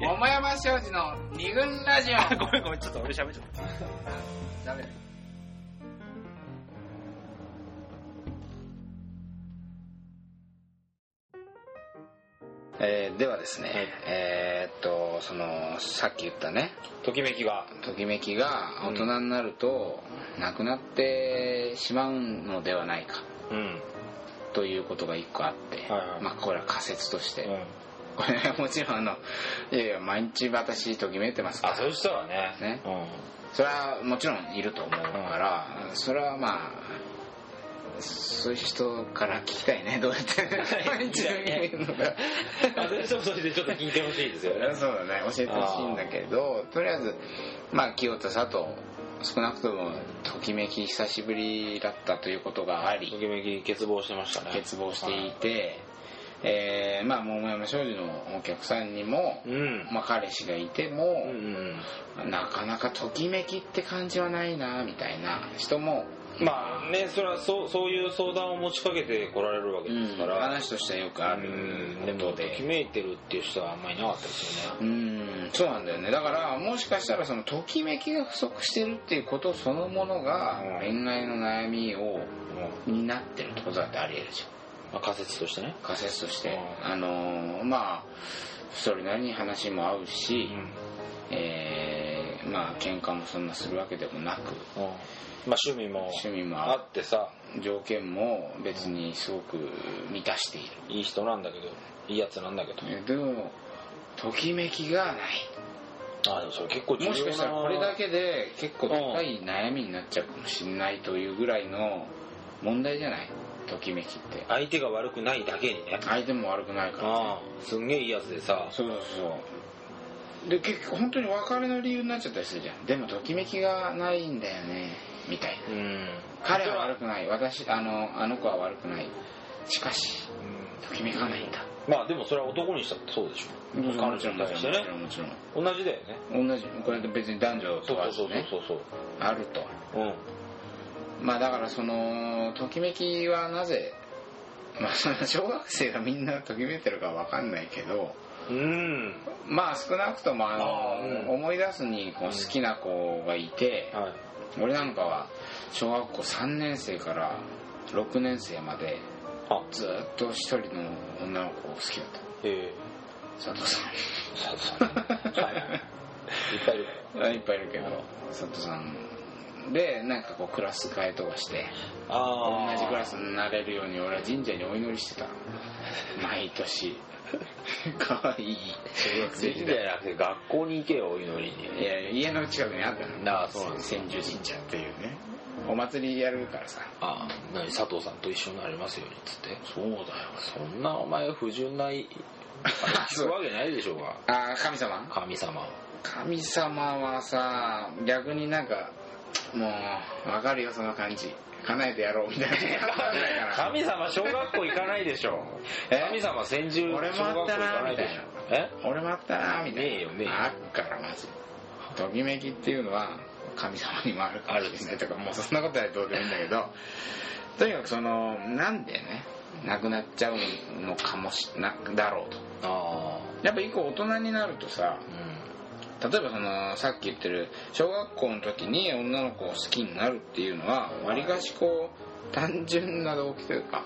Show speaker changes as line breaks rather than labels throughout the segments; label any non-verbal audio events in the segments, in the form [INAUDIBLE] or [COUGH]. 桃山商事の二軍ラジオ
[LAUGHS] あごめんごめん、ちょっと俺喋っちゃった。
ダメだよえーではですね、
はい
えーっとそのさっき言ったね
ときめきが。
ときめきが大人になるとなくなってしまうのではないか
うん。
ということが一個あって、
はいはい
まあこれは仮説として、
うん。
これはもちろんあのいやいや毎日私ときめいてますか
あ、
ら
そういう人はね。
ね
う
それはもちろんいると思うから、それはまあそういう人から聞きたいねどうやって毎日の夢見るのか
ん。あ、そういう人もそれでちょっと聞いてほしいですよ [LAUGHS] ね。
そうだね教えてほしいんだけどとりあえずまあ清田佐藤少なくともときめき久しぶりだったということがあ
と
り
きめき欠乏してましたね。
欠乏していて、えーまあ桃山商事のお客さんにも、
うん。
まあ、彼氏がいて
う
も、
んうん
なかなかときめきって感じはないなみたいな人も
うん。まあね、それはそう、そういう相談を持ちかけて来られるわけですから。
話としてはよくある
うん、で
こ
も
と
とき
で
めいてるっていう人はあんまりいなかったですよね
うんそうなんだよねだからもしかしたらそのときめきが不足してるっていうことそのものが
うん
恋愛の悩みを
うん
になってるってことだってありえるじ
まあ、仮説としてね
ゃん仮説として
うん
あのーまあそれなりに話も合うし、えーまあ喧嘩もそんなするわけでもなく
うんまあ趣味も
趣味も
あ
合
ってさ
う条件も別にすごく満たしている
いい人なんだけどいいやつなんだけど
えでもときめきがない
あでもそれ結構重
[LAUGHS]
要
も
な
しかしたらこれだけで結構高い悩みになっちゃうかもしれないというぐらいの問題じゃないときめきって
相手が悪くないだけにね
相手も悪くないからね
ああすんげえいいやつでさ
そうそうそうで結構本当に別れの理由になっちゃったりするじゃんでもときめきがないんだよねみたいな
うん
彼は悪くない私あのあの子は悪くないしかし
うん
ときめかないんだ
まあでもそれは男にしたってそうでしょ
もちろん
彼
もちろ
女
んも
に対し
ち
てね
ろんもちろん
同じだよね
同じこれで別に男女
そ
問わ
う
ず
そうそう
ね
そうそう
あると
うん
まあだからそのときめきはなぜ [LAUGHS] まあその小学生がみんなときめいてるかわかんないけど
うん
まあ少なくともあの
あーうん
思い出すにこう好きな子がいて、
はい
俺なんかは小学校3年生から6年生まで
あ
ずっと一人の女の子を好きだった
ええ
佐藤さん
佐藤さん
[LAUGHS]
はいはいいっぱいいる
あ [LAUGHS] いっぱいいるけど佐藤さんでなんかこうクラス替えとかして
あ
同じクラ
ス
スになれるように俺は神社にお祈りしてた毎
[LAUGHS]
年かわいい小学生時
神社
代
じゃなくて学校に行けよお祈りに
いや家の近くにあったの
ああそうなんだ
千住神社っていうねお祭りやるからさ
ああ何佐藤さんと一緒になりますようにっつって
そうだよ
そんなお前不純なあ
[LAUGHS]
れ聞くわけないでしょうが
ああ神様
神様は
神様はさ逆になんかもうわかるよその感じ叶えてやろうみたい
[LAUGHS]
な
神様小学校行かないでしょ
え
神様先住小
俺
学
も
校
あ
行
ったな
かないでしょえ
俺もあったなみたいな
ねえよねえよ
あっからマジときめきっていうのは神様にもあるかもしれないとかもうそんなことはどうでもいいんだけど [LAUGHS] とにかくそのなんでねなくなっちゃうのかもしなだろうと
あ
やっぱ一個大人になるとさ
あうん
例えばそのさっき言ってる小学校の時に女の子を好きになるっていうのはわりかしこう単純な動機というか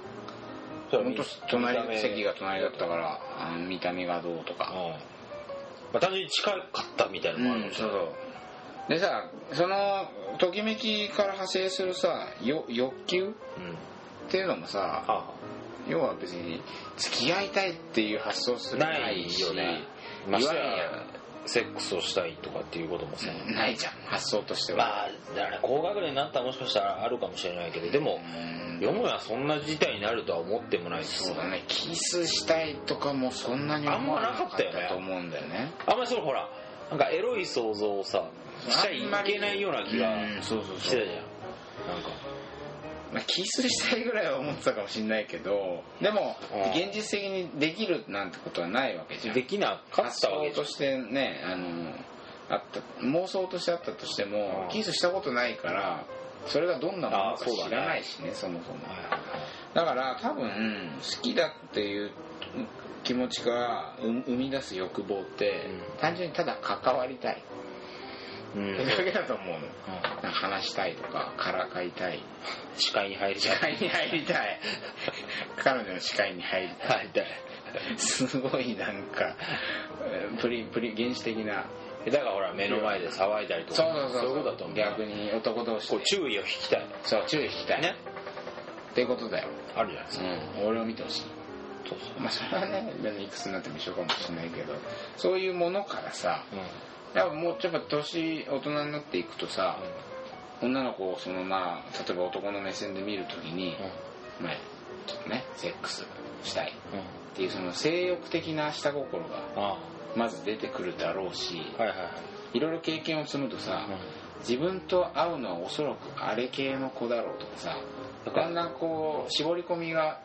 本当隣の席が隣だったからあの見た目がどうとか
うんまあ単純に近かったみたいなのもあるかもし
そ
れ
う
ない
そうでさそのときめきから派生するさよ欲求
うん
っていうのもさ
あ
要は別に付き合いたいっていう発想する
あないよね
い
ま
わ
して
ん
やセックスをしたいとかっていうこともさ
やんないじゃん発想としては、
まあだから高学年になったらもしかしたらあるかもしれないけどでも
うん
よもやそんな事態になるとは思ってもないし
そうだねキスしたいとかもそんなに思わなかっ
あんまなかったよね
たと思うんだよね
あんまりそのほらなんかエロい想像をさしちゃいけないような気が
うんそうそう
し
そう
てたじゃんなんか
まあ、キスしたいぐらいは思ってたかもしれないけどでも
うん
現実的にできるなんてことはないわけじゃん
できなかったわけ
発
じ
想と
ゃ
してねあのあった妄想としてあったとしても、
うん
キスしたことないからそれがどんなもの
あ
か
そうだね
知らないしねそもそも
んはいはいはい
だから多分好きだっていう気持ちがう生み出す欲望って、
う
単純にただ関わりたい、
うん
それだけだと思うの、なんか話したいとかからかいたい
視界に入り
視
た
界
い
に入りたい彼女の視界に入りたい
入りたい
すごいなんかえープリプリ原始的な
えだからほら目の前で騒いだりとかそういうことだと思う
逆に男同士
こ
で
う注意を引きたい
そう注意引きたい、
ね
っていうことだよ、
あるじゃないですか
うん、俺を見てほしい
そうそう
まあそれはねいくつになっても一緒かもしれないけどそういうものからさやっぱもうやっぱ年大人になっていくとさ、女の子をそのまあ例えば男の目線で見るときに、まあちょっとねセックスしたい
うんうん
っていうその性欲的な下心が
あ
まず出てくるだろうし
あはいはいはい
いろいろ経験を積むとさ、自分と会うのはおそらくあれ系の子だろうとかさ
だから
だんだんこう絞り込みが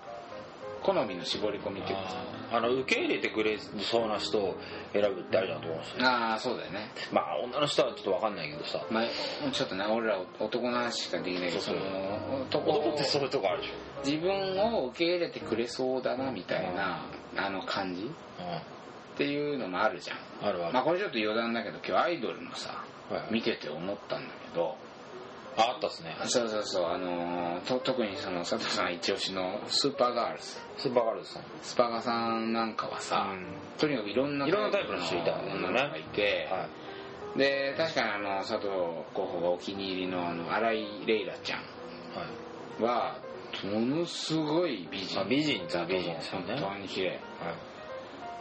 好みの絞り込みっていうかさ
あの受け入れてくれそうな人を選ぶってあるじゃんと思うんですよ
ああーそうだよね
まあ女の人はちょっと分かんないけどさ
まあ、ちょっとな俺ら男の話しかできないけど
そうそう
の男
男ってそういうとこあるでしょ
自分を受け入れてくれそうだなみたいな、あの感じっていうのもあるじゃん、
あるある
まあ、これちょっと余談だけど今日アイドルのさ
はい
見てて思ったんだけど
ああったっすね
そうそうそうあのーと特にその佐藤さん一押しのスーパーガールズ
スーパーガールズさん
スパガさんなんかはさ、
うん
とにかくいろんない
ろんなタイプの人いたよね
女の子がいて、
はい
で確かにあの佐藤候補がお気に入りのあの新井玲ラちゃん
はい
はものすごい美人
あ美人
だと思う
美人ですよね
本当に綺麗
はい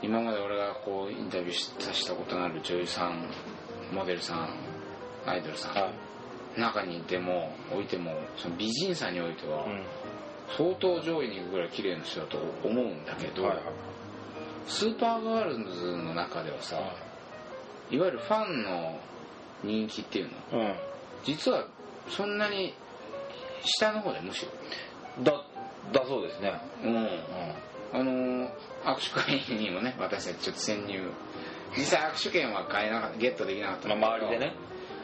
今まで俺がこうインタビューしたしたことのある女優さんモデルさんアイドルさん、
はい
中にいても置いてもその美人さにおいては
う
相当上位に行くぐらい綺麗な人だと思うんだけど、
んはいはい
スーパーガールズの中ではさ、いわゆるファンの人気っていうの
う
実はそんなに下の方でむしろ
んだだそうですね
うん
うん
あのー握手会にもね私たちちょっと潜入実際握手券は買えなかったゲットできなかったんだけど
まあ周りでね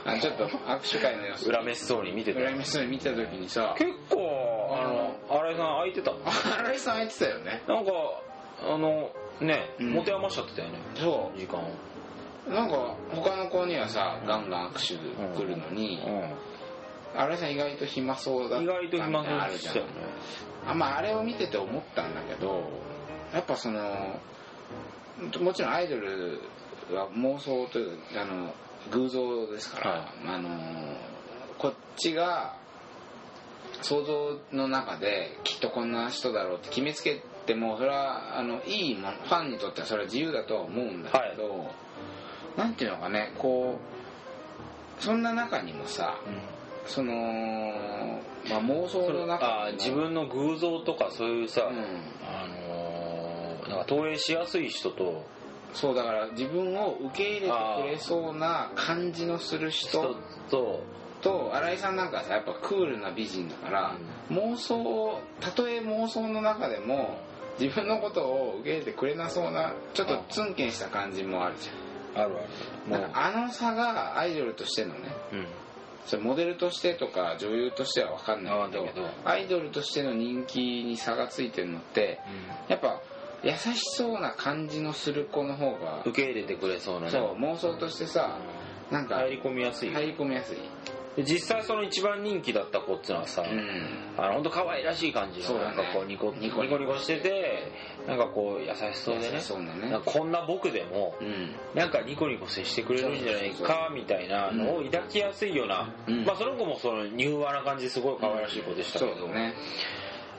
あちょっと握手会の様子
恨めしそうに見てた
裏目そうに見てた時にさ
結構あの新井さん空いてた
新井さん空いてたよね
なんかあのね
うん
持て余しちゃってたよね
そ
時間を
うなんか他の子にはさガンガン握手来るのに、新井さん意外と暇そうだった
意
みた
外と
い
暇
な
そう
のあ
で
るじゃ
し
ん
たよね
あまあ、あれを見てて思ったんだけどやっぱそのもちろんアイドルは妄想というあの偶像ですから、
は
あのこっちが想像の中できっとこんな人だろうって決めつけてもそれはあのいいものファンにとってはそれは自由だとは思うんだけど、なんていうのかねこうそんな中にもさその、まあ、妄想
そ
の
れ
中
あ
にも
自分の偶像とかそういうさ
うん
あのーなんか投影しやすい人と
そうだから自分を受け入れてくれそうな感じのする
人
人
と
と新井さんなんかはさやっぱクールな美人だから、妄想をたとえ妄想の中でも自分のことを受け入れてくれなそうなちょっとツンケンした感じもあるじ
ある
ゃんなんかあの差がアイドルとしてのね
あるうん
それモデルとしてとか女優としては分かんないけど
わかんないけ
アイドルとしての人気に差がついてるのってやっぱ優しそうな感じのする子の方が
受け入れてくれそうなね
そう妄想としてさなんか
入り込みやすい
入り込みやすい、
で実際その一番人気だった子っていうのはさ、
ん、
あの本当可愛らしい感じ
そ
の、
うだ
なん
ね
かこうニコニ
ニ
コ
コ
ニ
ニ
コ
コ
しててなんかこう優しそうでね
そうだ
な
ね
んかこんな僕でも
うん
なんかニコニコ接してくれるんじゃない
そうそうそ
かみたいなのを抱きやすいような、
うん
まあその子もその柔和な感じですごい可愛らしい子でしたけ
そう
ど、
だね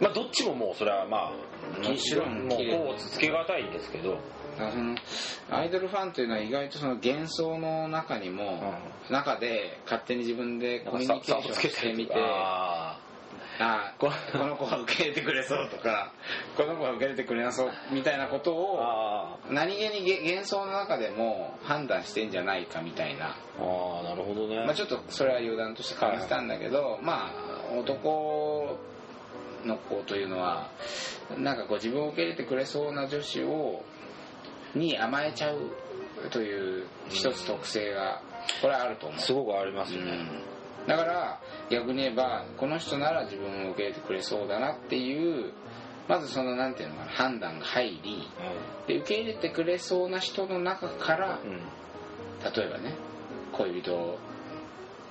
まあどっちももうそれはまあ
もちろん
もうこうつけがたいんですけど、
だからそのアイドルファンというのは意外とその幻想の中にも、中で勝手に自分でコミュニケーションしてみて
あ
あここの子は受け入れてくれそうと [LAUGHS] かこの子は受け入れてくれなそうみたいなこと
ー
を
あ
何気にげ幻想の中でも判断してんじゃないかみたいな
ーあーなるほどね、
まあ、ちょっとそれは余談として感じたんだけど、まあ男の子というのはなんかこう自分を受け入れてくれそうな女子をに甘えちゃうという一つ特性がこれはあると思う、
すごくありますよね、
うんだから逆に言えばこの人なら自分を受け入れてくれそうだなっていうまずそのなんていうのかな判断が入りで受け入れてくれそうな人の中から
うん
例えばね恋人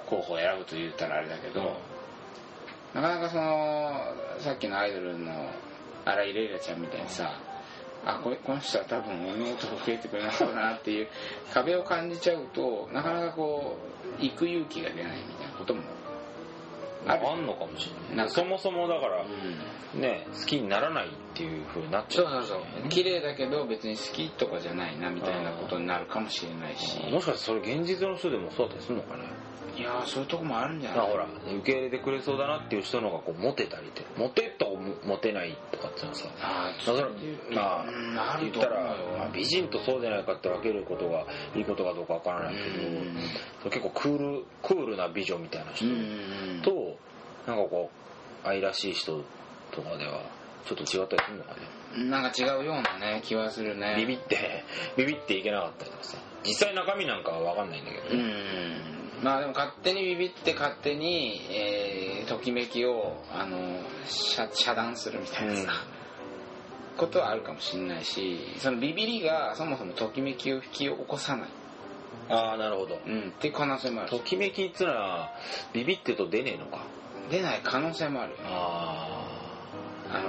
候補を選ぶと言ったらあれだけど、なかなかそのさっきのアイドルの荒井玲奈ちゃんみたいにさあこれこの人は多分俺のことを増えてくれなそうだなっていう壁を感じちゃうとなかなかこう行く勇気が出ないみたいなことも
あんのかもしれ
な
なんい
か
そもそもだから
うん
ね好きにならないっていうふうになっち
そ
ゃ
ううそうそう綺麗だけど別に好きとかじゃないなみたいなことになるかもしれないし
もしかしてそれ現実の人でもそうだったりするのかね
いやーそういうとこもあるんじゃ
だ
な
か
い
らほら受け入れてくれそうだなっていう人の方がこうモテたりってモテとモテないとかっていうのはさ
あー
まあそれ
ま
ま
あ
あ
な
言
ると
っ
思う
た
よ
ら、まあ美人とそうでないかって分けることがいいことかどうかわから
う
ないけど、
ん
それ結構クールクールな美女みたいな人
うん
と、なんかこう愛らしい人とかではちょっと違ったりするのかね、
なんか違うようなね気はするね
ビビって [LAUGHS] ビビっていけなかったりとかさ実際中身なんかは分かんないんだけど、
うんまあでも勝手にビビって勝手に、えーときめきをあの遮遮断するみたいなさ、ことはあるかもしれないしそのビビりがそもそもときめきを引き起こさない、
ああなるほど
うん、っていう可能性もある
と
し
きめきっつうのはビビってると出ねえのか
出ない可能性もあるよ
あ
あの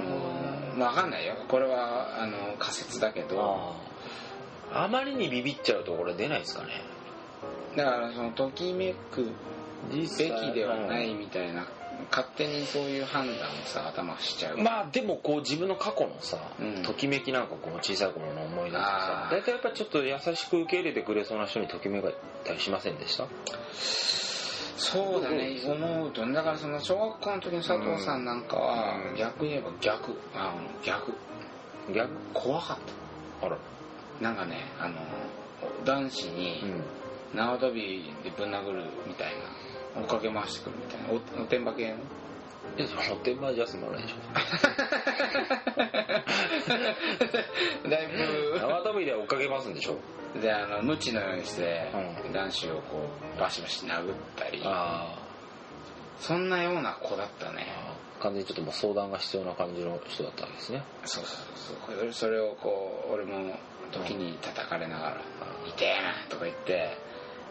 まあ分かんないよこれはあの仮説だけど
ああまりにビビっちゃうとこれ出ないですかね
だからそのときめく
実
べきではないみたいな勝手にそういう判断をさ頭しちゃう
まあでもこう自分の過去のさ、
うん
ときめきなんかこう小さい頃の思い出とか
あ
さ
ー
大体やっぱちょっと優しく受け入れてくれそうな人にときめいたりしませんでした
そうだね思うとねだからその小学校の時の佐藤さんなんかは
うん
逆に言えば逆あの逆
逆
怖かっ
あら
たなんかねあの男子
う
に
ん
縄跳びでぶん殴るみたいな追っかけ回してくるみたいなおおてんば系の
えそのテンバージャスもあるでし
だい [LAUGHS]
ょ縄跳びで追っかけますんでしょ
ぶであの無知のようにして
う
男子をこうバシバシ殴ったり
あ
そんなような子だったね
あ完全にちょっともう相談が必要な感じの人だったわけですね
そうそうそうそれそれをこう俺も時に叩かれながら「痛えな」とか言って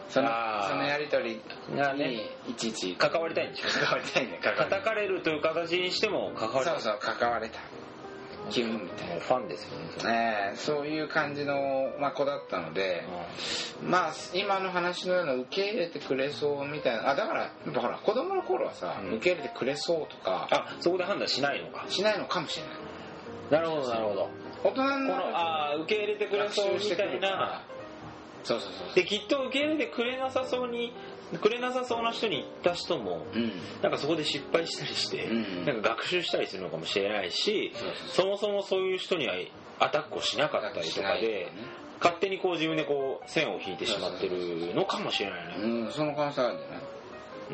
その
あー
そのやり取
な
り
ね
にいちいち
関わりたいんでしょ
関わりたいんだよ関わりたい
叩かれるという形にしても関わりたい
そうそう関われたキュンみたいな
もうファンですよねそれ
ねえそういう感じの、まあ、子だったので、まあ今の話のような受け入れてくれそうみたいなあだからやっぱほら子供の頃はさ、
うん
受け入れてくれそうとか
あそこで判断しないのか
しないのかもしれない
なるほどなるほど
大人に
この
なる
ああ受け入れてくれそうみたいな
そうそうそうそう
できっと受け入れてくれなさそうにくれなさそうな人に行った人も
うん
なんかそこで失敗したりして、
うん
なんか学習したりするのかもしれないし
そうそうそう
そもそもそういう人にはアタックをしなかったりとかで勝手にこう自分でこう線を引いてしまってるのかもしれないね、
うんその可能性あるんじゃない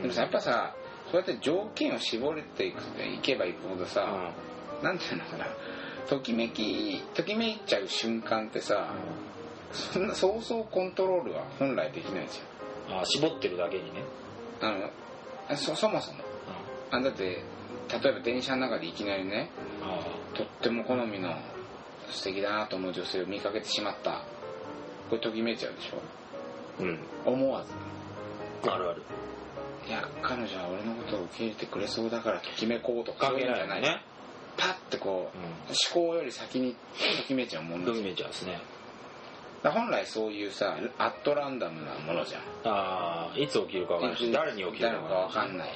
でもさやっぱさそうやって条件を絞れていくいけばいくほどさ、なんていうのかなときめきときめいちゃう瞬間ってさ、そんなそうそうコントロールは本来できないじ
あー絞ってるだけにね、
ゃんあのそそもそもあだって例えば電車の中でいきなりね
あ
とっても好みの素敵だなと思う女性を見かけてしまったこれときめいちゃうでし
ーうん
ょ思わず
あるある
いや彼女は俺のことを受け入れてくれそうだからときめこうとか
関係
そううん
な
じ
い
ゃ
よ
ない
ね、
パッてこう思考より先にときめいちゃうも
うん、
の
ド
じゃん
キュメンチャーですね
だから本来そういうさアットランダムなものじゃん
ああいつ起きるか分かんないし誰に起きる
誰
か
か
分
わ
か
か
んない
んない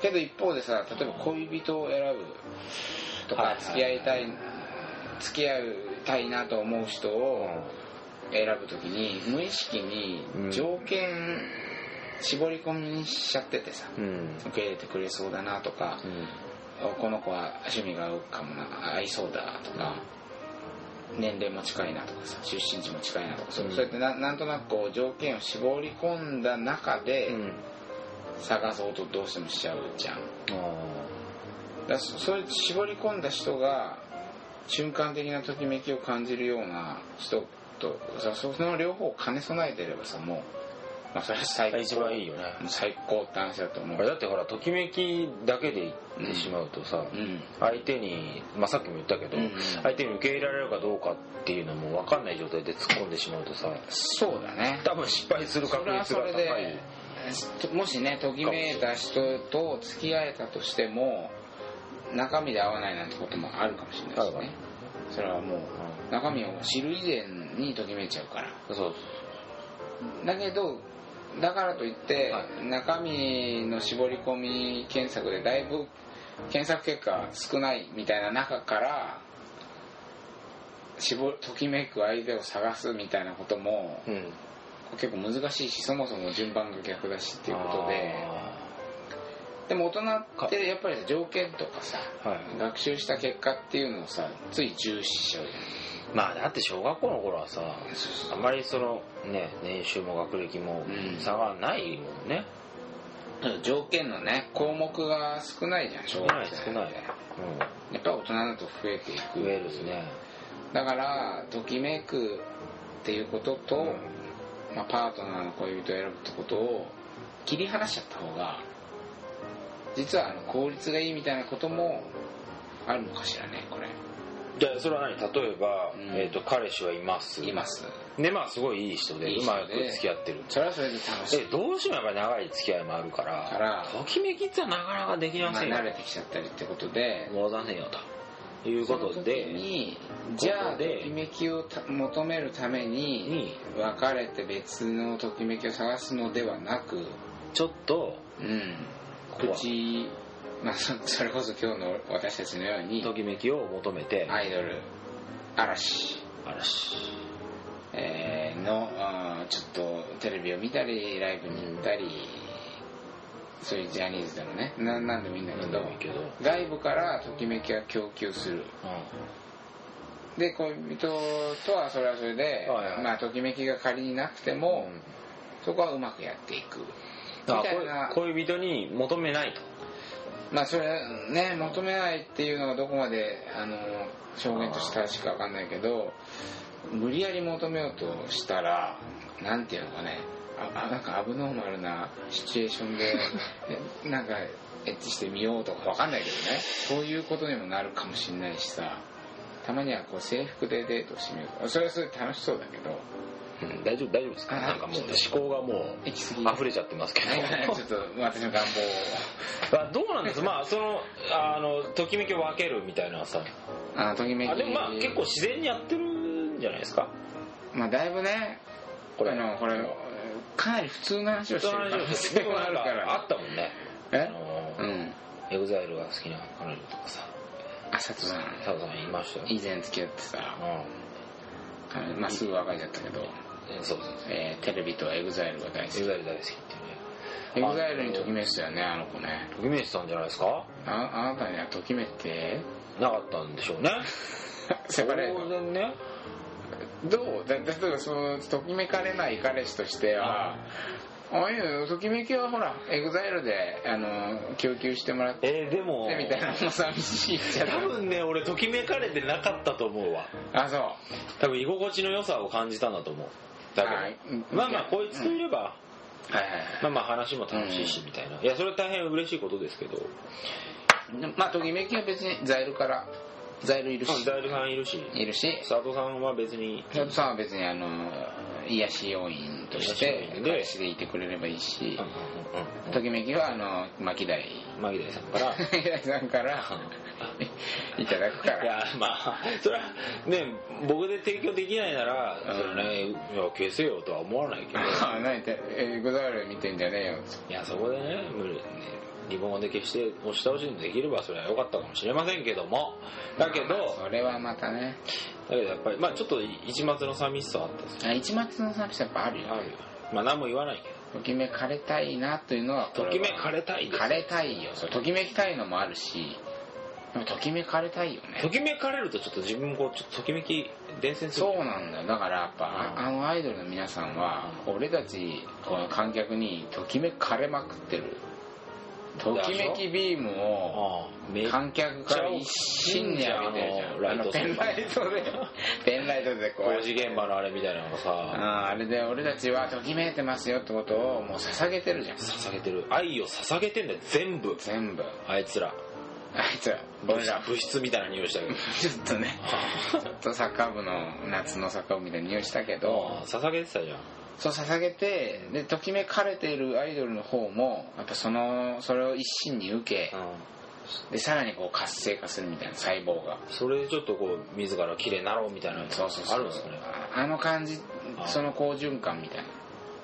けど一方でさ例えば恋人を選ぶと
は
か
いはい
付き合いたい付き合いたいなと思う人を選ぶときに無意識
う
に
ん
条件絞り込みにしちゃっててさ
うん
受け入れてくれそうだなとかこの子は趣味が合うかもな合いそうだとか年齢も近いなとかさ出身地も近いなとかそう,、
うん
そうやってななんとなくこう条件を絞り込んだ中で
うん
探そうとどうしてもしちゃうじゃんだか
あ
らそそういう絞り込んだ人が瞬間的なときめきを感じるような人とさその両方を兼ね備えてればさもうまあそれは最高
一番いいよね
最高って話だと思
あれ
う
だってほらときめきだけでいってしまうとさ、
うん
相手に、まあ、さっきも言ったけど、
うんうん
相手に受け入れられるかどうかっていうのも分かんない状態で突っ込んでしまうとさ
そうだね
多分失敗する
そ
確
れは
率
そ
が
れ
高
で
い
もしねときめいた人と付き合えたとしても中身で合わないなんてこともあるかもしれないし
あるわ
ねそれはもう中身を知る以前にときめいちゃうから
そう
だけどだからといって、
は
中身の絞り込み検索でだいぶ検索結果少ないみたいな中から絞ときめく相手を探すみたいなことも
うん
結構難しいしそもそも順番が逆だしっていうことで
あ
でも大人ってやっぱり条件とかさ
ーはい
学習した結果っていうのをさつい重視しちゃうじ
まあだって小学校の頃はさ
ゃんそうそ
あまりそのね年収も学歴も
うん
差がないもんね、
う条件のね項目が少ないじゃん小
少
学
ない
生
少ない、
やっぱ大人だと増えていく
うん、増えるですね
だからときめくっていうことと、まあ、パートナーの恋人を選ぶってことを切り離しちゃった方が実はあの効率がいいみたいなこともあるのかしらねこれ
でそれは何例えば、
うん
えー、と彼氏はいます
います
でまあすごいいい人で
いい人
う
で
まく付き合ってる
それはそれで楽し
で
い
どうしてもやっぱり長い付き合いもあるから
から
ときめきってなかなかでき
ま
ま
あ
せんよ
慣れてきちゃったりってことで
戻らせんよということ
その時
で
にじゃあ
ということで
ときめきをた求めるために
に
別れて別のときめきを探すのではなく
ちょっと
うん
こう
口、まあ、そそれこそ今日の私たちのように
ときめきを求めて
アイドル嵐、
嵐
えーのあーちょっとテレビを見たりライブに行ったり、そういうジャニーズでもねななんでもいいんだけ
なん
ど
でもいいけど、うん
外部からときめきは供給するで恋人とはそれはそれで、
はいはい
まあ、ときめきが仮になくても、
うん
そこはうまくやっていく
あ
みたいな
恋恋人に求めないと
まあそれね求めないっていうのがどこまであの証言として正しいか分かんないけど無理やり求めようとしたらなんていうのかねああなんかアブノーマルなシチュエーション
[LAUGHS]
でえなんかエッチしてみようとか分かんないけどねそういうことにもなるかもしれないしさたまにはこう制服でデートしてみようとかそれはそれで楽しそうだけど
うん大丈夫大丈夫ですか
あ
なんかもう
ちょっ
思考がも
行き過ぎ
う溢れちゃってますけど
はいはいちょっと私の願望
あどうなんですまあそのあのときめきを分けるみたいなさ
をあのときめき
あでもまあ結構自然にやってるんじゃないですか
まあだいぶね
これ
あのこれかなり普通の話をしてる可能性もあるか
あ
ら
ったもんねあ
え
の
うん
エグザイルが好きな彼女とかさ
あさとさん
佐藤さん言いましたよ
以前付き合ってさ、あのまあ、すぐ別れちゃったけど、
うんそうそう
えーテレビとエグザイルが大好き
エ
エ
グザイル大好きっていうね
グザイルにときめいてたよねあの子ね
ときめいてたんじゃないですか
ああなたにはときめい [LAUGHS] て
なかったんでしょうね
セパレー
当
ト
然ね
どうだだ例えばそのときめかれない彼氏としてはああいうのときめきはほらエグザイルであの供給してもらって
えーでも
みたいなもう寂しいじゃ
多
ん
分ね俺ときめかれてなかったと思うわ
あそう
多分居心地の良さを感じたんだと思うだけど、
はい
まあまあこいつといれば、
はいはいはい
まあまあ話も楽しいしみたいな、いやそれは大変嬉しいことですけど
でもまあときめきは別にザイルからザイルいるし
ザイルさんいるし
いるし
佐藤さんは別に
佐藤さんは別にあの癒し要員とし
癒し
て
要員で
彼氏でいてくれればいいし
うん
ときめきはあの牧大 [LAUGHS]
マギダイさんから
牧大さんからいただくから
いやまあそれはね僕で提供できないな
う
ら、
ん
それねいや消せよとは思わないけど
ああ何てエグザイル見てんじゃねえよ
いやそこでね無理ねリモコンで消して押し倒しにできればそれは良かったかもしれませんけどもだけど
まあそれはまたね
だけどやっぱりまあちょっと一末の寂しさはあったんです
あ一抹の寂しさやっぱあるよ
あるよまあ何も言わないけ
ときめかれたいなというのはこ
ど
れ
と
は
きめかれたいです
かれたいよそうときめきたいのもあるしでもときめかれたいよね
ときめかれるとちょっと自分もこうちょっとときめき伝染する
そうなんだよだからやっぱああのアイドルの皆さんは俺たちこの観客にときめかれまくってるときめきビームを
ああめっちゃ
観客から一心に浴びてるじゃんあのペンライト [LAUGHS] でペンライトでこうや
工
っ
事
て
現場のあれみたいなのがさ
あーあれで俺たちはときめいてますよってことをもう捧げてるじゃん
捧げてる愛を捧げてんだよ全部
全部
あいつら
あいつら
物
俺
質
ら
物質みたいな匂いしたけど
[LAUGHS] ちょっとねちょっとサッカー部の夏のサッカー部みたいな匂いしたけど
ああ捧げてたじゃん
そう捧げてでときめかれているアイドルの方もやっぱそのそれを一心に受けでさらにこう活性化するみたいな細胞が
それでちょっとこう自ら綺麗になろうみたいなの
そうそうそう
あるんですかね
ああの感じ
あ
その好循環みたいな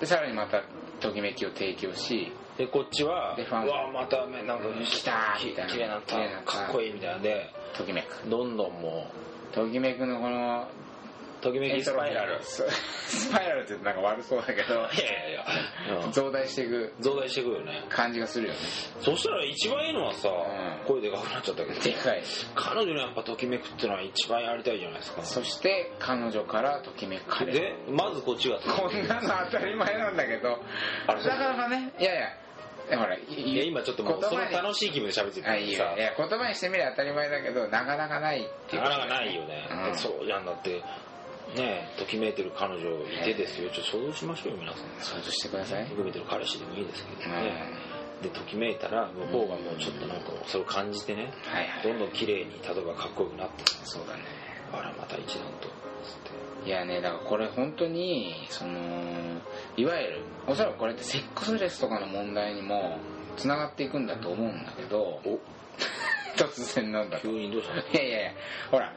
でさらにまたときめきを提供し
でこっちは
でファン
うわまたなんか
来た
き
みたいな
綺麗になっ
綺麗にな
た
った
かっこいいみたいなんで
ときめく
どんどんも
ときめくのこの
うとき
エ
めき
ント
ス
ロ
パ
ピ
イ
ー
ラル
ススパイラルってなんか悪そうだけ
いやいやいや
ど増大していく
増大してくるよね
感じがするよね
そしたら一番いいのはさ、
うん
声でかくなっちゃったけど
でかい
彼女のやっぱときめくってのは一番やりたいじゃないですか
そして彼女からときめかれる
でまずこっちが
こんなの当たり前なんだけど
あれ
なかなかねいやいやほら
い
い
や今ちょっともう
言
そ
葉
の
に
楽しい気分で喋ってる
あいいよいや言葉にしてみれば当たり前だけどなかなかないってい
な
う
かなかないよね、
うん
そうじゃんだってねえときめいてる彼女いてですよちょっと想像しましょうよ皆さん
想像してください
ときめいてる彼氏でもいいですけ
う
ど
ん
ね、でときめいたら向こうがもうちょっとなんかそれを感じてね
はいは
ど
い
んどん綺麗に例えばかっこよくなって
そうだね
あらまた一段とつって
いやねだからこれ本当にそのいわゆるおそらくこれってセックスレスとかの問題にもつながっていくんだと思うんだけど
お
[LAUGHS] 突然なんだ
急にどうしたの
いやいやいやほら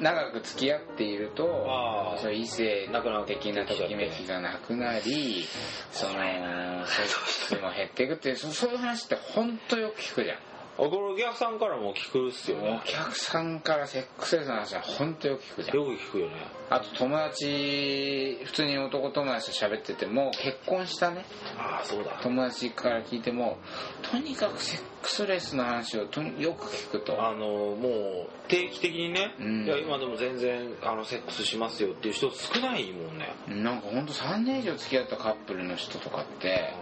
長く付き合っていると
あー
そういう異性
なくなって
的
きちゃ
な
って
ときめきがなくなりそのセックスも減っていくっていうそそういう話って本当よく聞くじゃん
あこれお客さんからも聞くっすよね
お客さんからセックスレスの話は本当よく聞くじゃん
よく聞くよね
あと友達普通に男友達と喋ってても結婚したね
ああそうだ
友達から聞いてもとにかくセックスレスの話をとによく聞くと
あのもう定期的にね、
うん
いや今でも全然あのセックスしますよっていう人少ないもんね、
なんかほんと3年以上付き合ったカップルの人とかって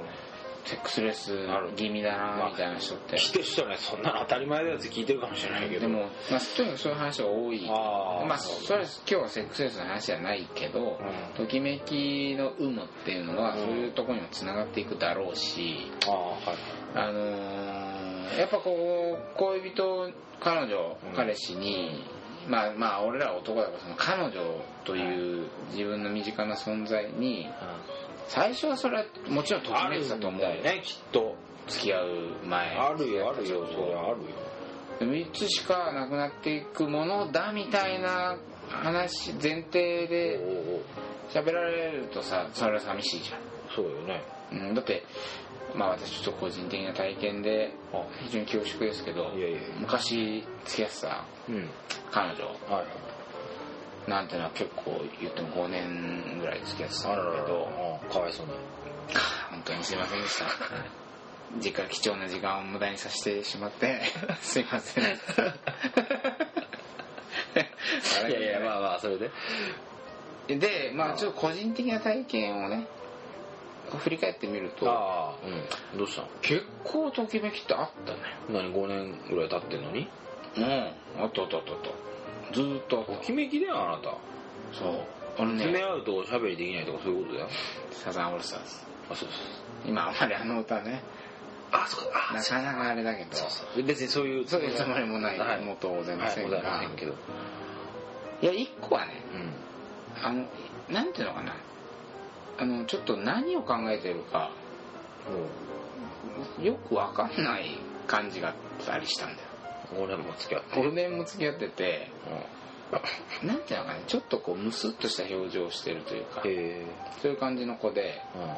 セックスレス気味だなみたいな人って
来てる人はねそんなの当たり前だよって聞いてるかもしれないけど
でも、まあ、とにかくそういう話が多い
ああ
まあそれ今日はセックスレスの話じゃないけど、
うん
ときめきの有無っていうのは
うん
そういうところにもつながっていくだろうし、
ああはい
あのーやっぱこう恋人彼女
うん
彼氏に、まあまあ俺らは男だからその彼女という自分の身近な存在に最初はそれはもちろんとき
あ
めい
る
てた
ん
と思う
だ
よ
よねきっと
付き合う前
あるよあるよそれはあるよ
でもいつしかなくなっていくものだみたいな話前提
お
で
うおう
喋られるとさそれは寂しいじ
そうよね
ゃん、うん、だってまあ私ちょっと個人的な体験で
あ
非常に恐縮ですけど
いやいやいや
昔付き合ってた
うん
彼女
はい
なんてのは結構言っても5年ぐらい付き合ってたんだけど
あかわいそうに
本当にすいませんでした実家貴重な時間を無駄にさせてしまってすいません
いやいやまあまあそれで
でまあちょっと個人的な体験をね振り返ってみると
ああうんどうしたの
結構ときめきってあったね
何5年ぐらい経ってんのに
うんあったあったあったあったずーっとあ
と
った
きめきだよあなた
そう俺
詰め
ね
合うとおしゃべりできないとかそういうことだよ
サザンオールスターズ
あそうそう
今あんまりあの歌ね
あそうか
なかなかあれだけど
別にそういう
そういうつもりもない
はい
も当然ま
は
せ
い
ん
ご
が、
ざい
い
ませんけど
や一個はね
うん
あのなんていうのかなあのちょっと何を考えてるかよくわかんない感じがあったりしたんだよ
もう5年も付き合って
5年も付き合っててなんていうのかなちょっとこうムスッとした表情をしてるというか
うんへえ
そういう感じの子で
うん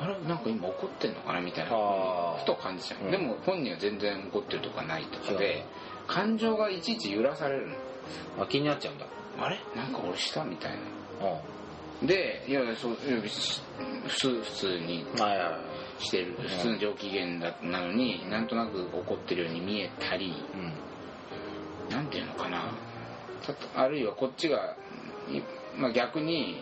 あれなんか今怒ってんのかなみたいな
あー
ふと感じちゃう、
うん
でも本人は全然怒ってるとかないとか
そう
で感情がいちいち揺らされるの
あ気になっちゃうんだ
あれなんか俺したみたいな
う
でいやいやそういや別に普通普通に
んはいはいは
してる普通の上機嫌だなのになんとなく怒ってるように見えたり
いうん
なんていうのかなちょっとあるいはこっちが、いまあ、逆に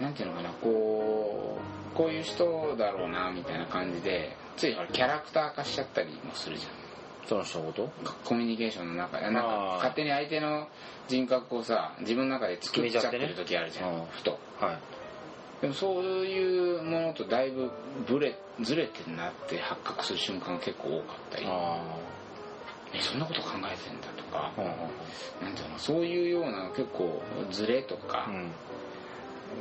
なんていうのかなこうこういう人だろうなみたいな感じでついほらキャラクター化しちゃったりもするじゃん
その人のこと
コミュニケーションの中でなん
あ
か
ー
勝手に相手の人格をさ自分の中で作っちゃってる時あるじゃ
決めちゃって
ん
ね
ふと
はい
でもそういうものとだいぶブレずれてんなって発覚する瞬間が結構多かったり
あ
えそんなこと考えてんだとか
あうんうん
なんていうのそういうような結構ずれとか
うん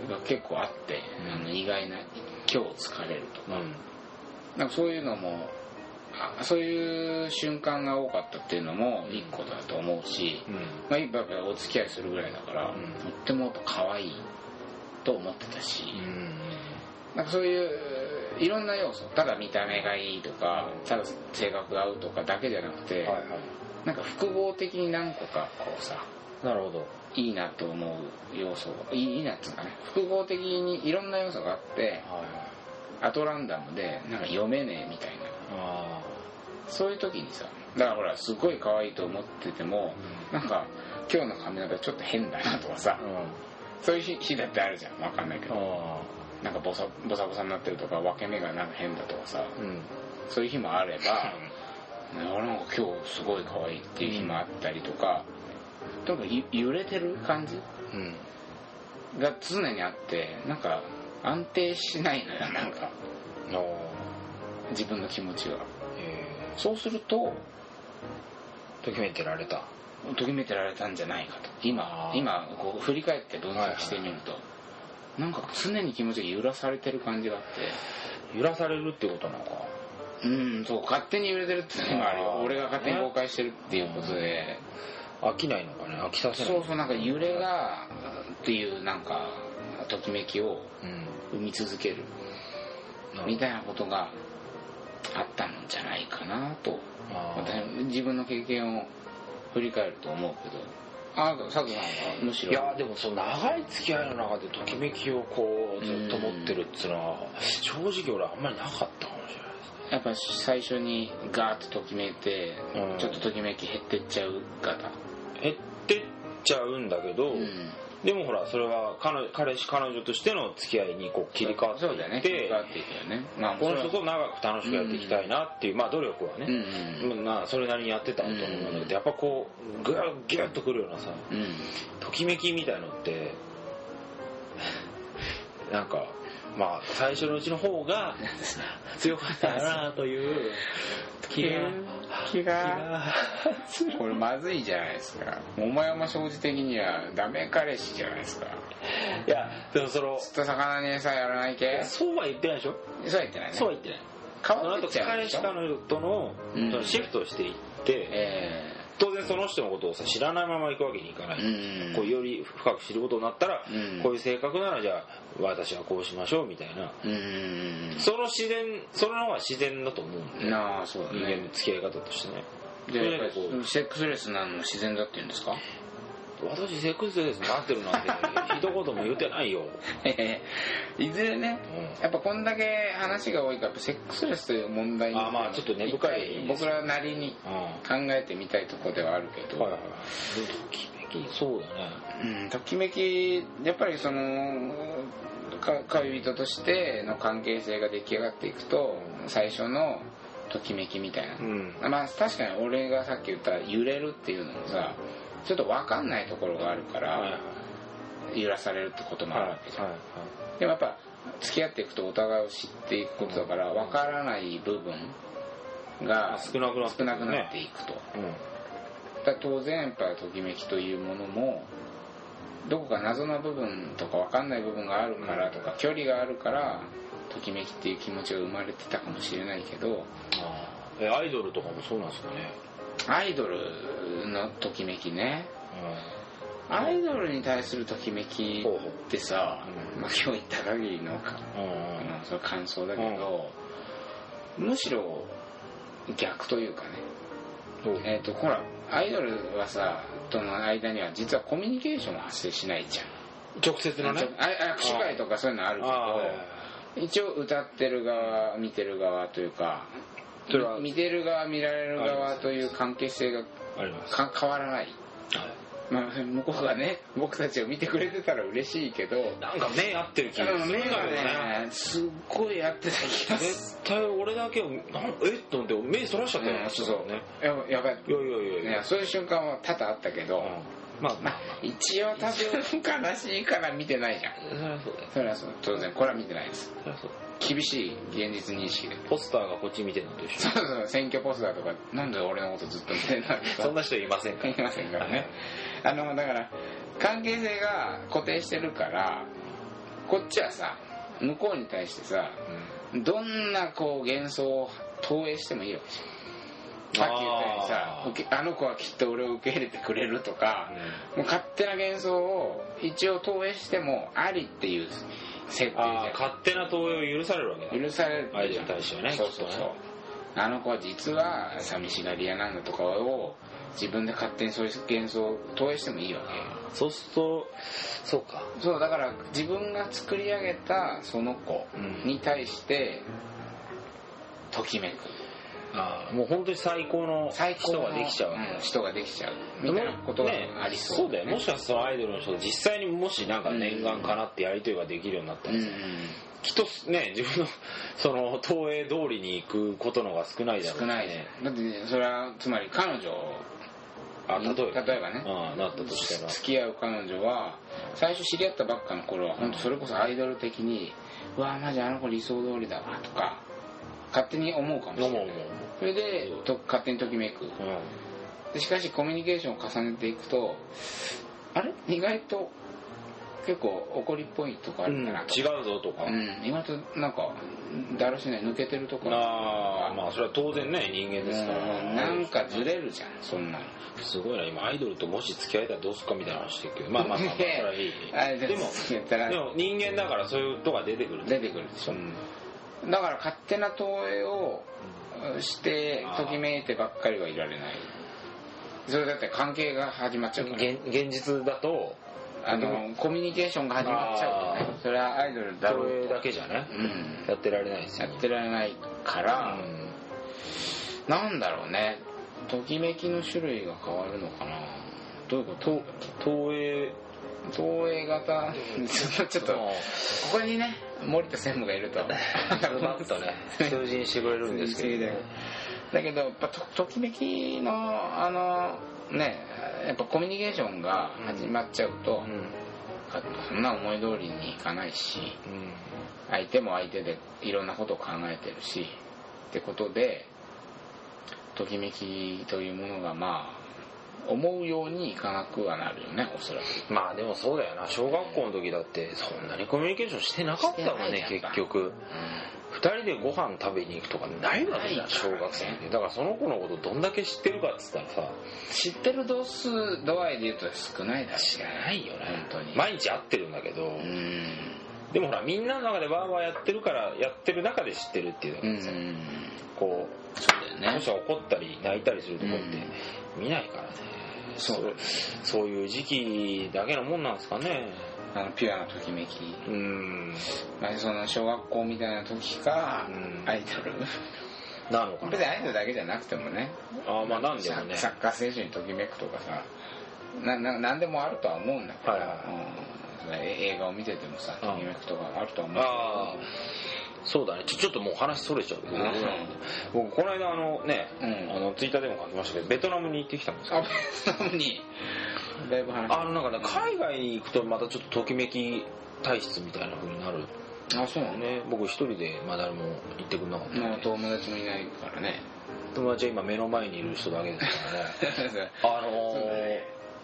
が結構あって
うん
あの意外な今日疲れると
う
か
ん
なんかそういうのもあそういう瞬間が多かったっていうのも一個だと思うし、
うん
まあ、今お付き合いするぐらいだから、
うん
とってもやっぱ可愛いと思ってたし、
うん
なんかそういういろんな要素ただ見た目がいいとかただ性格が合うとかだけじゃなくて、
はいは
なんか複合的に何個かこうさ
いなるほど
いいなと思う要素いいいいなっていうかね複合的にいろんな要素があって
はい
アトランダムでなんか読めねえみたいな
あ
そういう時にさだからほらすごい可愛いと思っててもなんか今日の髪型ちょっと変だなとかさ
あうん
そういう日日だってあるじゃんわかんないけど
あ
なんかボサボサボサになってるとか分け目がなんか変だとかさ
あうん
そういう日もあれば俺なんか今日すごい可愛いっていう日もあったりとかとにかくゆ揺れてる感じ
うん
が常にあってなんか安定しないのよなんか
ああ
自分の気持ちが
え
そうすると
えときめいてられた
ときめいてられたんじゃないかと今
あー
今こう振り返って分析してみると、なんか常に気持ちが揺らされてる感じがあって
揺らされるってことなのか
うんそう勝手に揺れてるっていうのがあるよ
あー
俺が勝手に公開してるっていうことで、
飽きないのかね飽きさせない
そうそうなんか揺れがっていうなんかときめきを
うん
生み続ける
なる
み
ほど
たいなことがあったんじゃないかなと
あ
私自分の経験を振り返ると思うけどあなた佐藤さんはむし
ー
ろ
いやでもその長い付き合いの中でときめきをこうずっと持ってるっつうのは正直俺あんまりなかったかもしれないですね
やっぱ最初にガーッとときめいて、
うん
ちょっとときめき減ってっちゃう方
減ってっちゃうんだけど、
うん
でもほらそれは彼彼氏彼女としての付き合いにこう切り替わってい
そうだよね切
っ
り
て、
替わっていくよねまあ
この人と長く楽しくやっていきたいなっていう、まあ努力は
うんう
ね、
ん
まあ、それなりにやってたと思うんだけど、
うん
やっぱこうグッギュッとくるようなさ
うん
ときめきみたいのって [LAUGHS] なんかまあ最初のうちの方が強かったなという気が
気が
がする
これまずいじゃないですかお前はまあ正直的にはダメ彼氏じゃないですか
いやでもその
ずっと魚に餌やらない系そ
そうは言ってないでしょ
うは言ってないね
そうは言ってない
変
その
わって
後
っちゃう
彼
でし
氏
ょ
彼女との
うん
そのシフトをしていって、
え
当然その人のことをさ知らないまま行くわけにいかな
え
い、
うん
こうより深く知ることになったら、
うん
こういう性格ならじゃあ私はこうしましょうみたいな
うん
その自然その方が自然だと思うんで、
なあそうだ
人間
ね
の付き合い方としてね
じゃあやっぱ
それでこ
りセックスレスなのも自然だって言うんですか
私セックスレスになってるなんて一言も言ってないよ、
ええ [LAUGHS] いずれね
う
やっぱこんだけ話が多いからやっぱセックスレスという問題に
あまあちょっと根深い
一回僕らなりに
んうん
考えてみたいところではあるけど、
はいはいはいでもときめきそうだね
うん、ときめきやっぱりそのか恋人としての関係性が出来上がっていくと最初のときめきみたいな、
ん
まあ確かに俺がさっき言った揺れるっていうのもさちょっと分かんないところがあるか
はいはい
ら揺らされるってこともあ
はい
る
は
わけじゃん、
い
でもやっぱ付き合っていくとお互いを知っていくことだから分からない部分が
少なくなって
少なくなっていくと、
うん
だから当然やっぱときめきというものもどこか謎の部分とか分かんない部分があるからとか距離があるからときめきっていう気持ちが生まれてたかもしれないけど
あーえアイドルとかもそうなんですかね、
アイドルのときめきねアイドルに対するときめき
ほうほう
ってさ、
うん
まあ、今日言った限りのか
うんうん
あのその感想だけど、むしろ逆というかね、
ほう
えっとほらアイドルはさとの間には実はコミュニケーションは発生しないじゃん
直接のね
ああ握手会とかそういうのある
あ
けど一応歌ってる側見てる側というか
それは
見てる側見られる側という関係性が
ああります
か変わらない
はい
まあ、向こうがね僕たちを見てくれてたら嬉しいけど
なんか目合ってる気
あ
が
の
する
目
んだ
が
よ
ねすっごい合ってた気がす
絶対俺だけをなんえっと思って目そらしちゃっ
る、
たよね、
うんそうそう
ね
ややばい
いやいやいやい
ね
や、
そういう瞬間は多々あったけど、
うん、まあま
まあ一応多分悲しいから見てないじゃん
あそりゃそうだよ
それはそう当然これは見てないです
そりゃそう
厳しい現実認識で
ポスターがこっち見てるのと一緒
そうそう選挙ポスターとかなんで俺のことずっと見てんだ
そ
と
んな人いませんか
か
ら
いませんからねあのだから関係性が固定してるからこっちはさ向こうに対してさどんなこう幻想を投影してもいいわけじゃんさっき言ったようにさ
あー
受けあの子はきっと俺を受け入れてくれるとか
うん、
もう勝手な幻想を一応投影してもありっていう設定じ
ああ
ゃん
勝手な投影を許されるわけだ
許される
相手に対してはね
そうそう
きっ
そ
と
う
ね
あの子は実は寂しがり屋なんだとかを自分で勝手にそういう幻想を投影してもいいわ
あーそうするとそうか
けそうだから自分が作り上げたその子に対してときめく
あーもう本当に最高の
最高
人
の
ができちゃうわけ
ん
だ
人ができちゃうみたいなことがありそう、
ねそうだよもしかしたらアイドルの人実際にもしなんか念願かなってやり取りができるようになった
う
ら
んう
さ、
ん
きっとね自分のその投影通りに行くことのが少ないだろうし
少ないねだってねそれはつまり彼女
あ例えば
例えばね
ああなったとしたら
付き合う彼女は最初知り合ったばっかの頃は本当それこそアイドル的に「うわマジあの子理想通りだわ」とか勝手に思うかもしれ
飲
な
も
いう
も
それでと勝手にときめく
う、うん、
でしかしコミュニケーションを重ねていくとあれ意外と結構怒りっぽいとこあ
う
る
ん
かな
違うぞとか、
うん、意外となんかだらしない抜けてるところ
ああまあそれは当然ね人間ですから
うんなんかずれるじゃんそんなの
すごいな今アイドルともし付き合えたらどうするかみたいな話してるけどまあまあまあまあそ
で
れはいい
あれ
で
で
も
も言ったら
でも人間だからそういうとが出てくる
出てくるでしょ、
うん
だから勝手な投影をして
あー
ときめいてばっかりはいられないそれだって関係が始まっちゃうから
現現実だと
あのコミュニケーションが始まっちゃうからね
あ
それはアイドルだ
そ
ろう
れ
と
だけじゃね
うん
やってられないです
や
よ
ってられないから、
うん
なんだろうねときめきの種類が変わるのかなどういうこと
投 [LAUGHS] 影
投影型 [LAUGHS] ちょっとここにね森田専務がいると
ズバッと
[LAUGHS]
ね通じにしてくれるんですけどね
だけどやっぱとときめきのあのねやっぱコミュニケーションが始まっちゃうと、
うん
そんな思い通りにいかないし
うん
相手も相手でいろんなことを考えてるしってことでときめきというものがまあ思うようにいかなくはなるよねおそらく
まあでもそうだよな小学校の時だってそんなにコミュニケーションしてなかったもん
し
ね
てない
結局二人でご飯食べに行くとかないわけじゃ
ないから
ん
ね
小学生ってだからその子のことどんだけ知ってるかっつったらさ
知ってる度数度合いで言うと少ないだろうね
知らないよね
本当に
毎日会ってるんだけど、
うん
でもほらみんなの中でワーワーやってるからやってる中で知ってるっていうの
う
が
ん
こ
そう
う
だよ
も
ね
し怒ったり泣いたりするとこって見ないからね、
そう
そうそういう時期だけのもんなんですかね
あのピュアなときめき
うん
まあ、その小学校みたいな時か、
うん
アイドル
なのか
別に
な
アイドルだけじゃなくてもね
あーまあなんでもね
サッカー選手にときめくとかさなな何でもあるとは思うんだけど、
はいは
うんそれ映画を見ててもさ
うん
ときめくとかあるとは思
ああ
う
そうだねちょちょっともう話それちゃうけど、
うん
僕この間あのね、
うん
あのツイッターでも書きましたけどベトナムに行ってきたんです
け
け
ど
ど
あベトナムにだいぶ話
あのなんかね海外に行くとまたちょっとときめき体質みたいな風になる
あそうなの
ね僕一人で、まあ、誰も行ってくんなかったんで
もう友達もいないからね
[LAUGHS] 友達は今目の前にいる人だけですか
[LAUGHS]
らねあの
そうだ
ー
ね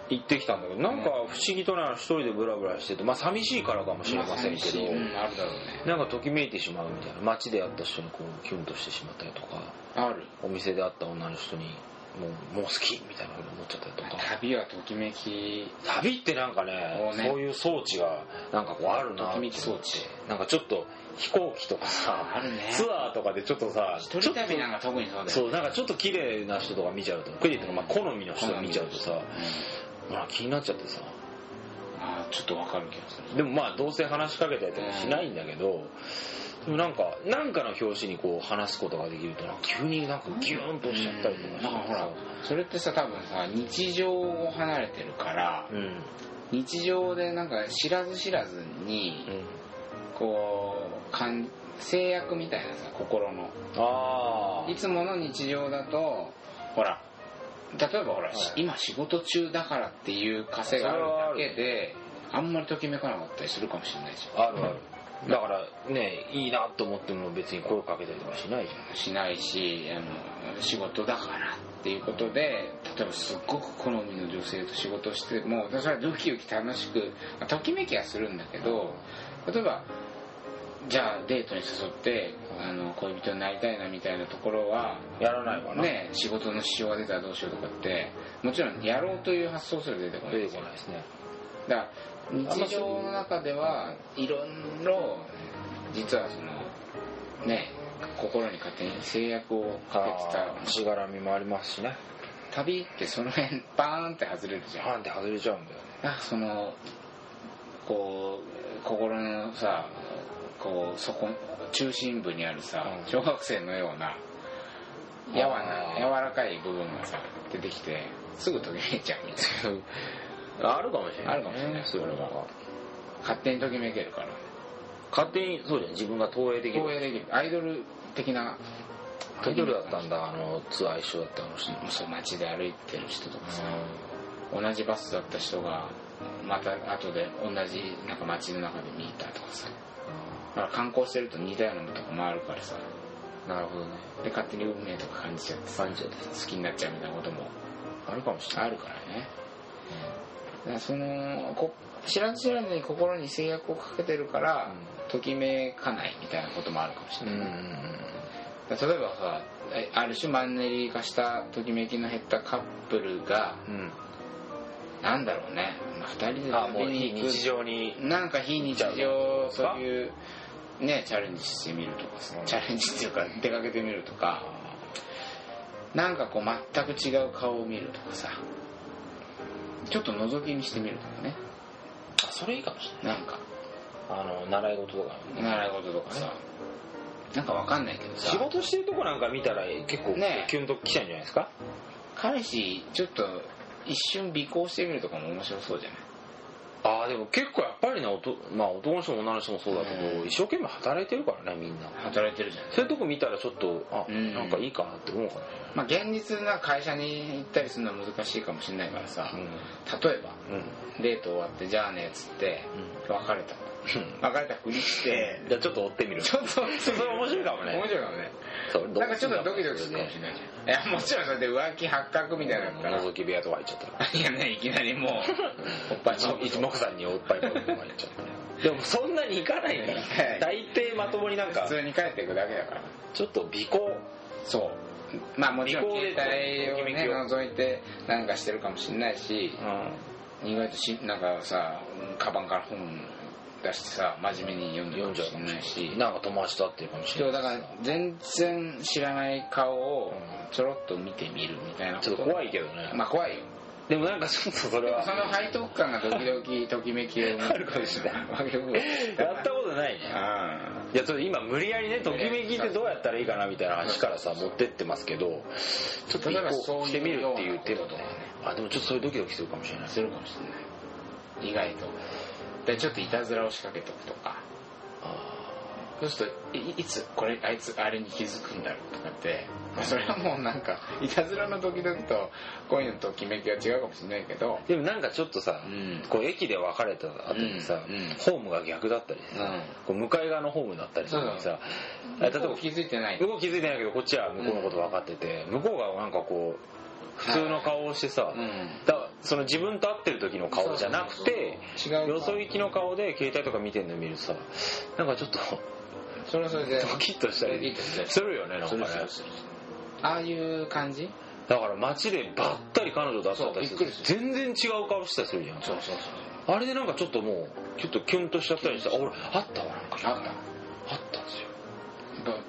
行ってきたんだけどなんか不思議とな一人でブラブラしててまあ寂しいからかもしれませんけど、
うんあるだろうね
なんかときめいてしまうみたいな街で会った人にこうキュンとしてしまったりとか
ある
お店で会った女の人にもうもう好きみたいなふうに思っちゃったりとか
旅はときめき
旅ってなんかね
こうね
そういう装置がなんかこうある
と
なっ
き
て
めき装置
なんかちょっと飛行機とか
あ
さ
るね
ツアーとかでちょっとさ
一人旅なんか特にそうだよね
そうなんかちょっと綺麗な人とか見ちゃうとクリエイトのまあ好みの人が見ちゃうとさ
うん
まあ気になっちゃってさ
あちょっとわかる気がする
でもまあどうせ話しかけたりとかしないんだけど、でもなんかなんかの表紙にこう話すことができるとなんか急になんかギューンとしちゃったりとかして
なんかほらそれってさ多分さ日常を離れてるから
うんうん
日常でなんか知らず知らずにこうかん制約みたいなさ心の
ああ
いつもの日常だとほら例えばほら、
はい
し今仕事中だからっていう稼があるだけであんまりときめかなかったりするかもしれないじ
あるあるだからねいいなと思っても別に声かけたりとかしないじゃん
ゃんしないしあの仕事だからっていうことで例えばすっごく好みの女性と仕事してもそれはドキドキ楽しくまあときめきはするんだけど例えばじゃあデートに誘ってあの恋人になりたいなみたいなところは
やらないわな、
ね、仕事の支障が出たらどうしようとかってもちろんやろうという発想すら出てこない
出
で
て
す
こ
よ
ないですね
だから日常の中ではいろいろ実はそのね心に勝手に制約をかけて
あー
た
しがらみもありますしね
旅ってその辺バーンって外れるじゃん
パンって外れちゃうんだよね
なんかそのこう心のさこうそこ中心部にあるさ
うん
小学生のようなやわ
あ
な
ー
柔らかい部分がさ出てきてすぐときめいちゃうみたいな
あるかもしれない、
あるかもしれない
そういうのが
勝手にときめけるから
勝手にそうじゃん自分が投影でき
投
る
影できるアイドル的な
アイドルだったんだあのツアー一緒だったあの人
そう街で歩いてる人とかさ同じバスだった人がまた後で同じなんか街の中で見たとかさだから観光してると似たようなものとかもあるからさ
なるほどね
で勝手に運命とか感じちゃってさ
感じちゃって
好きになっちゃうみたいなことも
あるかもしれない
あるからねだからそのこ知らず知らずに心に制約をかけてるから、ときめかないみたいなこともあるかもし
う
れ
ん
な
う
い、
んうん
例えばさえある種マンネリ化したときめきの減ったカップルが
うん
なんだろうね2人で
あも
旅
う非
に行く
日常に
なんか非日
ちゃ
常
う
そういうねチャレンジしてみるとかさ
うん
チャレンジっていうか出かけてみるとかなんかこう全く違う顔を見るとかさちょっと覗き見してみるとかね
あそれいいかもしれない
なんか
あの習い事とか
習い事とかさなんかわかんないけど
仕
さ
事してるとこなんか見たら結構
ね
キュンときちゃうんじゃないですか
彼氏ちょっと一瞬尾行してみるとかも面白そうじゃない
ああでも結構やっぱりねおとまあ男の人も女の人もそうだけど、
うん
一生懸命働いてるからねみんな
働いてるじゃん
そういうとこ見たらちょっとあ、
うん
なんかいいかなって思うかね
まあ現実な会社に行ったりするのは難しいかもしれないからさ
うん
例えば
うん
デート終わってじゃあねっつって別 [LAUGHS] れた別れたふりして
じゃあちょっと追ってみ
[LAUGHS]
る
ちょっとそれ
それ面白いかもね
面白いかもね
[LAUGHS] そう
なんかちょっとドキドキするかもしれないじゃんいやもちろんそれで浮気発覚みたいなのから
覗き部屋とか行っちゃったら
いやねいきなりも [LAUGHS] うおっぱいちょっと
一目散におっぱいパブとか行っちゃったらでもそんなに行かないから
はい
大抵まともになんか
普通に帰っていくだけだから
ちょっと尾行
そうまあもちろん携帯をね覗いてなんかしてるかもしれないし意外としなんかさカバンから本出してさ真面目に読んでるか
読ん
も
じゃう
し
か
れ
も
ない
しれな
し
いなんか友達と会ってるかもし
人
れない
だから全然知らない顔をちょろっと見てみるみたいな
ちょっと怖いけどね、
まあ怖いよ
でもなんかちょっとそれは
その背徳感がドキドキときめきを生む
あるかもしれ
[LAUGHS]
ない
わけ
やったことないねいやちょっと今無理やりねときめきってどうやったらいいかなみたいな話からさ持ってってますけどちょっと
例えば
移
そう
行
いう
してみるっていう手も
ようなこと
ね
だね
あでもちょっとそれドキドキするかもしれない
するかもしれない意外とでちょっといたずらを仕掛けとくとか
あ
そうするといいつこれあいつあれに気づくんだろうとかって、まあ、それはもうなんかいたずらのドキドキと恋のときめきは違うかもしれないけど
ーでもなんかちょっとさ、
うん
こう駅で別れた後にさ、
うんうん
ホームが逆だったりさ、こう向かい側のホームだったりするのにさ、例えば
向こう気づいてない
向こう気づいてないけどこっちは向こうのこと分かってて、向こうがなんかこう普通の顔をしてさ、
ん
だその自分と会ってる時の顔じゃなくて
そうそうそう違う
よそ行きの顔で携帯とか見てるの見るとさなんかちょっと
それはそれで
ドキッとした
ドキ
り
ッとしたり
するよねなんか
す
ね
るするするああいう感じ
だから街でばったり彼女と会っちゃったり
そうびっ
す
く
る
りす
全然違う顔してたりするじゃん
そう
あれでなんかちょっともうちょっとキュンとしちゃったりしてあ俺あったわなんか
あった
あったんですよ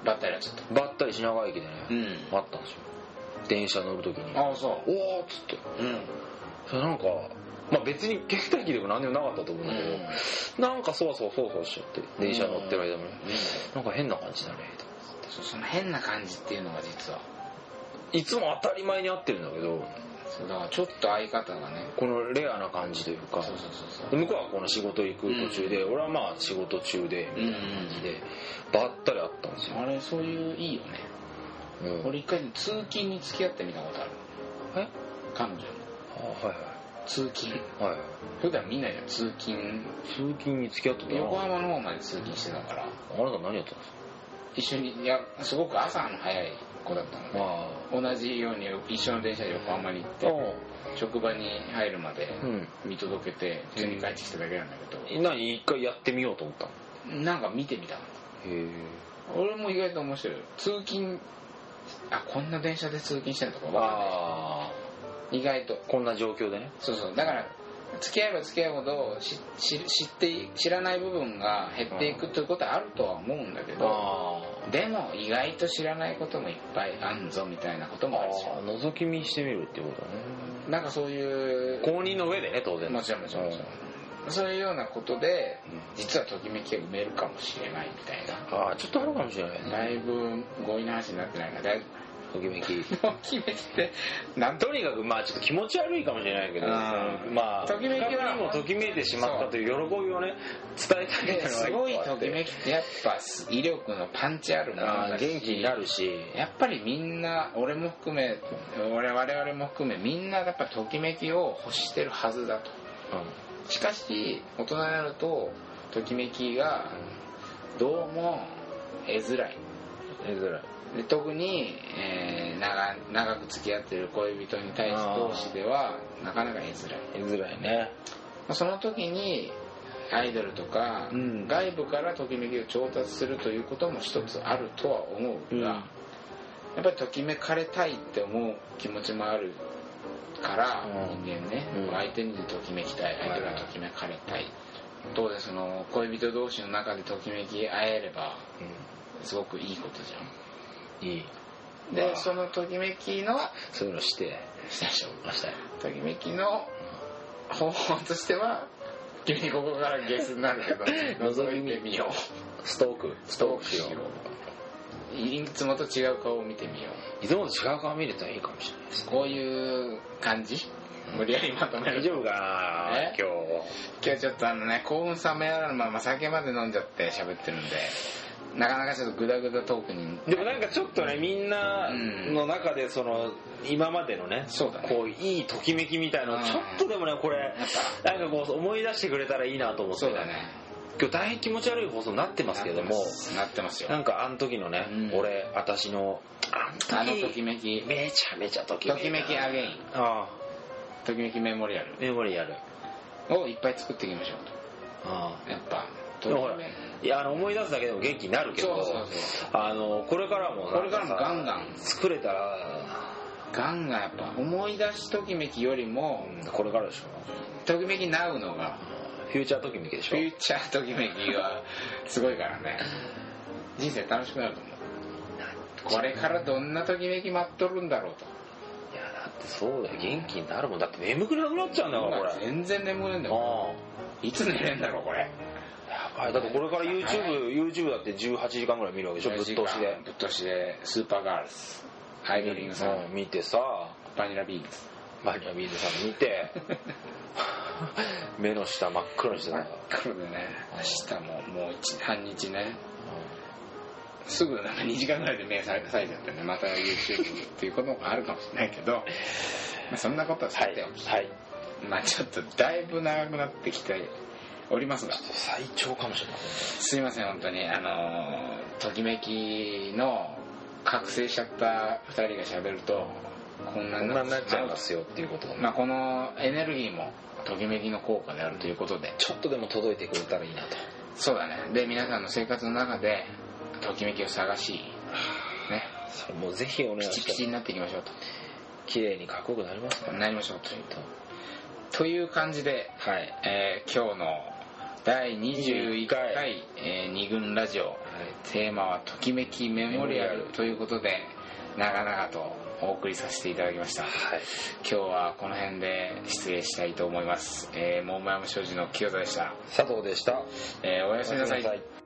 ばばったりやっちゃった
ばったり品川駅でね、
うん
あったんですよ電車乗る時に
ああそ
おおっつって
ううん
それなんかまあ別に倦怠期でも何でもなかったと思うんだけど、なんかそわそわそわそわしちゃって電車乗ってる間もね、なんか変な感じだねと
そうその変な感じっていうのが実はい
つも当たり前に合ってるんだけど
そうだからちょっと相方がね
このレアな感じというか
そうそうそうそう
で向こうはこの仕事行く途中で、俺はまあ仕事中でみたいな感じで、ばったり会ったんですよ、
あれそういういいよね
うん
俺一回通勤に付き合ってみたことある
え
彼女の
あはい
通勤
はいはい
[LAUGHS] 普段見ないよ通勤
通勤に付き合ってたな
横浜の方まで通勤してたから
あなた何やってたんですか
一緒にいやすごく朝の早い子だったので
あ
同じように一緒の電車で横浜に行っ
あ
て職場に入るまで
うん
見届けて普通に帰ってきただけなんだけど
何一回やってみようと思ったの
なんか見てみたの
へえ
俺も意外と面白い通勤あこんな電車で通勤してるとか分かんない
あ
意外と
あこんな状況でね
そうそうだから付き合えば付き合うほどしし知って知らない部分が減っていくということはあるとは思うんだけど
あ
でも意外と知らないこともいっぱいあんぞみたいなこともあるし
あ覗き見してみるってことね
なんかそういう
公認の上でね当然
もちろんもちろんもちろんそういうようなことで実はときめきが埋めるかもしれないみたいな
ああちょっとあるかもしれないね
だいぶ強引な話になってないなだいぶ
[LAUGHS] ときめき
ときめきってなんと
とにかくまあちょっと気持ち悪いかもしれないけど、
うん
まあ
ときめきは
不覚にもときめいてしまったという喜びをね伝えたいみたい
で
なのが
す
一個
ごい
あ
と
っ
き
て
めきってやっぱ威力のパンチあるもの
ああ
だし
元気になるし
やっぱりみんな俺も含め俺我々も含めみんなやっぱときめきを欲してるはずだとしかし大人になるとときめきがどうも得づらい
えづらい
で特に、えー長長く付き合ってる恋人に対し
あー
同士ではなかなか得づらい、ま
えづらいね
あその時にアイドルとか、
うん
外部からときめきを調達するということも一つあるとは思うが、
うん
やっぱりときめかれたいって思う気持ちもあるから、
うん
人間ね、
うん
相手にときめきたい相手がときめかれたい、当然その恋人同士の中でときめき合えればすごくいいことじゃ
いい
ん
う
で
わ
そのときめきの
そういうのしてましたよ
ときめきの方法としては急にここからゲスになるけ
[LAUGHS]
ど覗いてみよう
ストークス
トークしよういつもと違う顔を見てみよ
いつもと違う顔見れたらいいかもしれないです
うこういう感じ無理やりまとめる
大丈夫かな
え
今
今日ちょっとあのね興奮冷めやらぬまま酒まで飲んじゃって喋ってるんでなかなかちょっとグダグダトークに
日でもなんかちょっとねみんな
うん
の中でその今までのね
そうだね
こういいときめきみたいの
う
を
ん
ちょっとでもねこれなんかこう思い出してくれたらいいなと思って
そうだね
今日大変気持ち悪い放送になってますけども
なってますよ
なんかあの時のね
うん
俺私のあ
あ
の
のとき
時
めき
めちゃめちゃとき
と
め
きめきアゲイン
ああ
ときめきメモリアル
メモリアル
をいっぱい作っていきましょう
ああ
とやっぱと
で
き
もほら
め
いやあの思い出すだけでも元気になる
き
け
そ
ど
うそう
あのこれからも
そうこれからもガン
ン
ガン
作れたら
ガンガンやっぱ思い出しときめきよりも
うんこれからでしょ
ときめきなうのが
フューチャーときめきでし
フ
ょ
ューチャーときめきはすごいからね人生楽しくなると思うこれからどんなときめき待っとるんだろうと
いやだってそうだよ元気になるもんだって眠くなくなっちゃうんだからこれ
今全然眠れんだよ
あ
いつ寝れんだろうこれ
あやばいだってこれから YouTubeYouTube だって18時間ぐらい見るわけでしょぶっ通しで
ぶっ通しでスーパーガールズアイドリングさん、
うん見てさ
バニラビーンズ
マリアビーズさん見て [LAUGHS] 目の下真っ黒にして
真
さ
っ黒でね明日ももう一半日ねすぐなんか2時間ぐらいで目ささいちゃってねまた YouTube っていうこともあるかもしれないけ
[LAUGHS]
ど、まあ、そんなことはさ
はい
ておき、
はい
まあちょっとだいぶ長くなってきておりますが
最長かもしれない
すいません本当にあのーときめきの覚醒しちゃった2人が喋るとこんな
こ
に
ん
な
な
っ
に
てしま
な
う
っちゃいますよっていうことをね
まあ、このエネルギーもときめきの効果であるということで
ちょっとでも届いてくれたらいいなと
そうだねで皆さんの生活の中でときめきを探しね
それもうぜひお願い
ピチピ
し
チ
て
になっていきましょう
綺麗にかっこよくなりますか
と
らね
なりましょうというという感じで、
はい
えー今日の第21
21
回
回
えー二軍ラジオテーマは「ときめきメモリアル」ということで長々とお送りさせていただきました、
はい
今日はこの辺で失礼したいと思います、えー、桃山商事の清田でした、
佐藤でした
えーおやすみなさ
おやすみないさい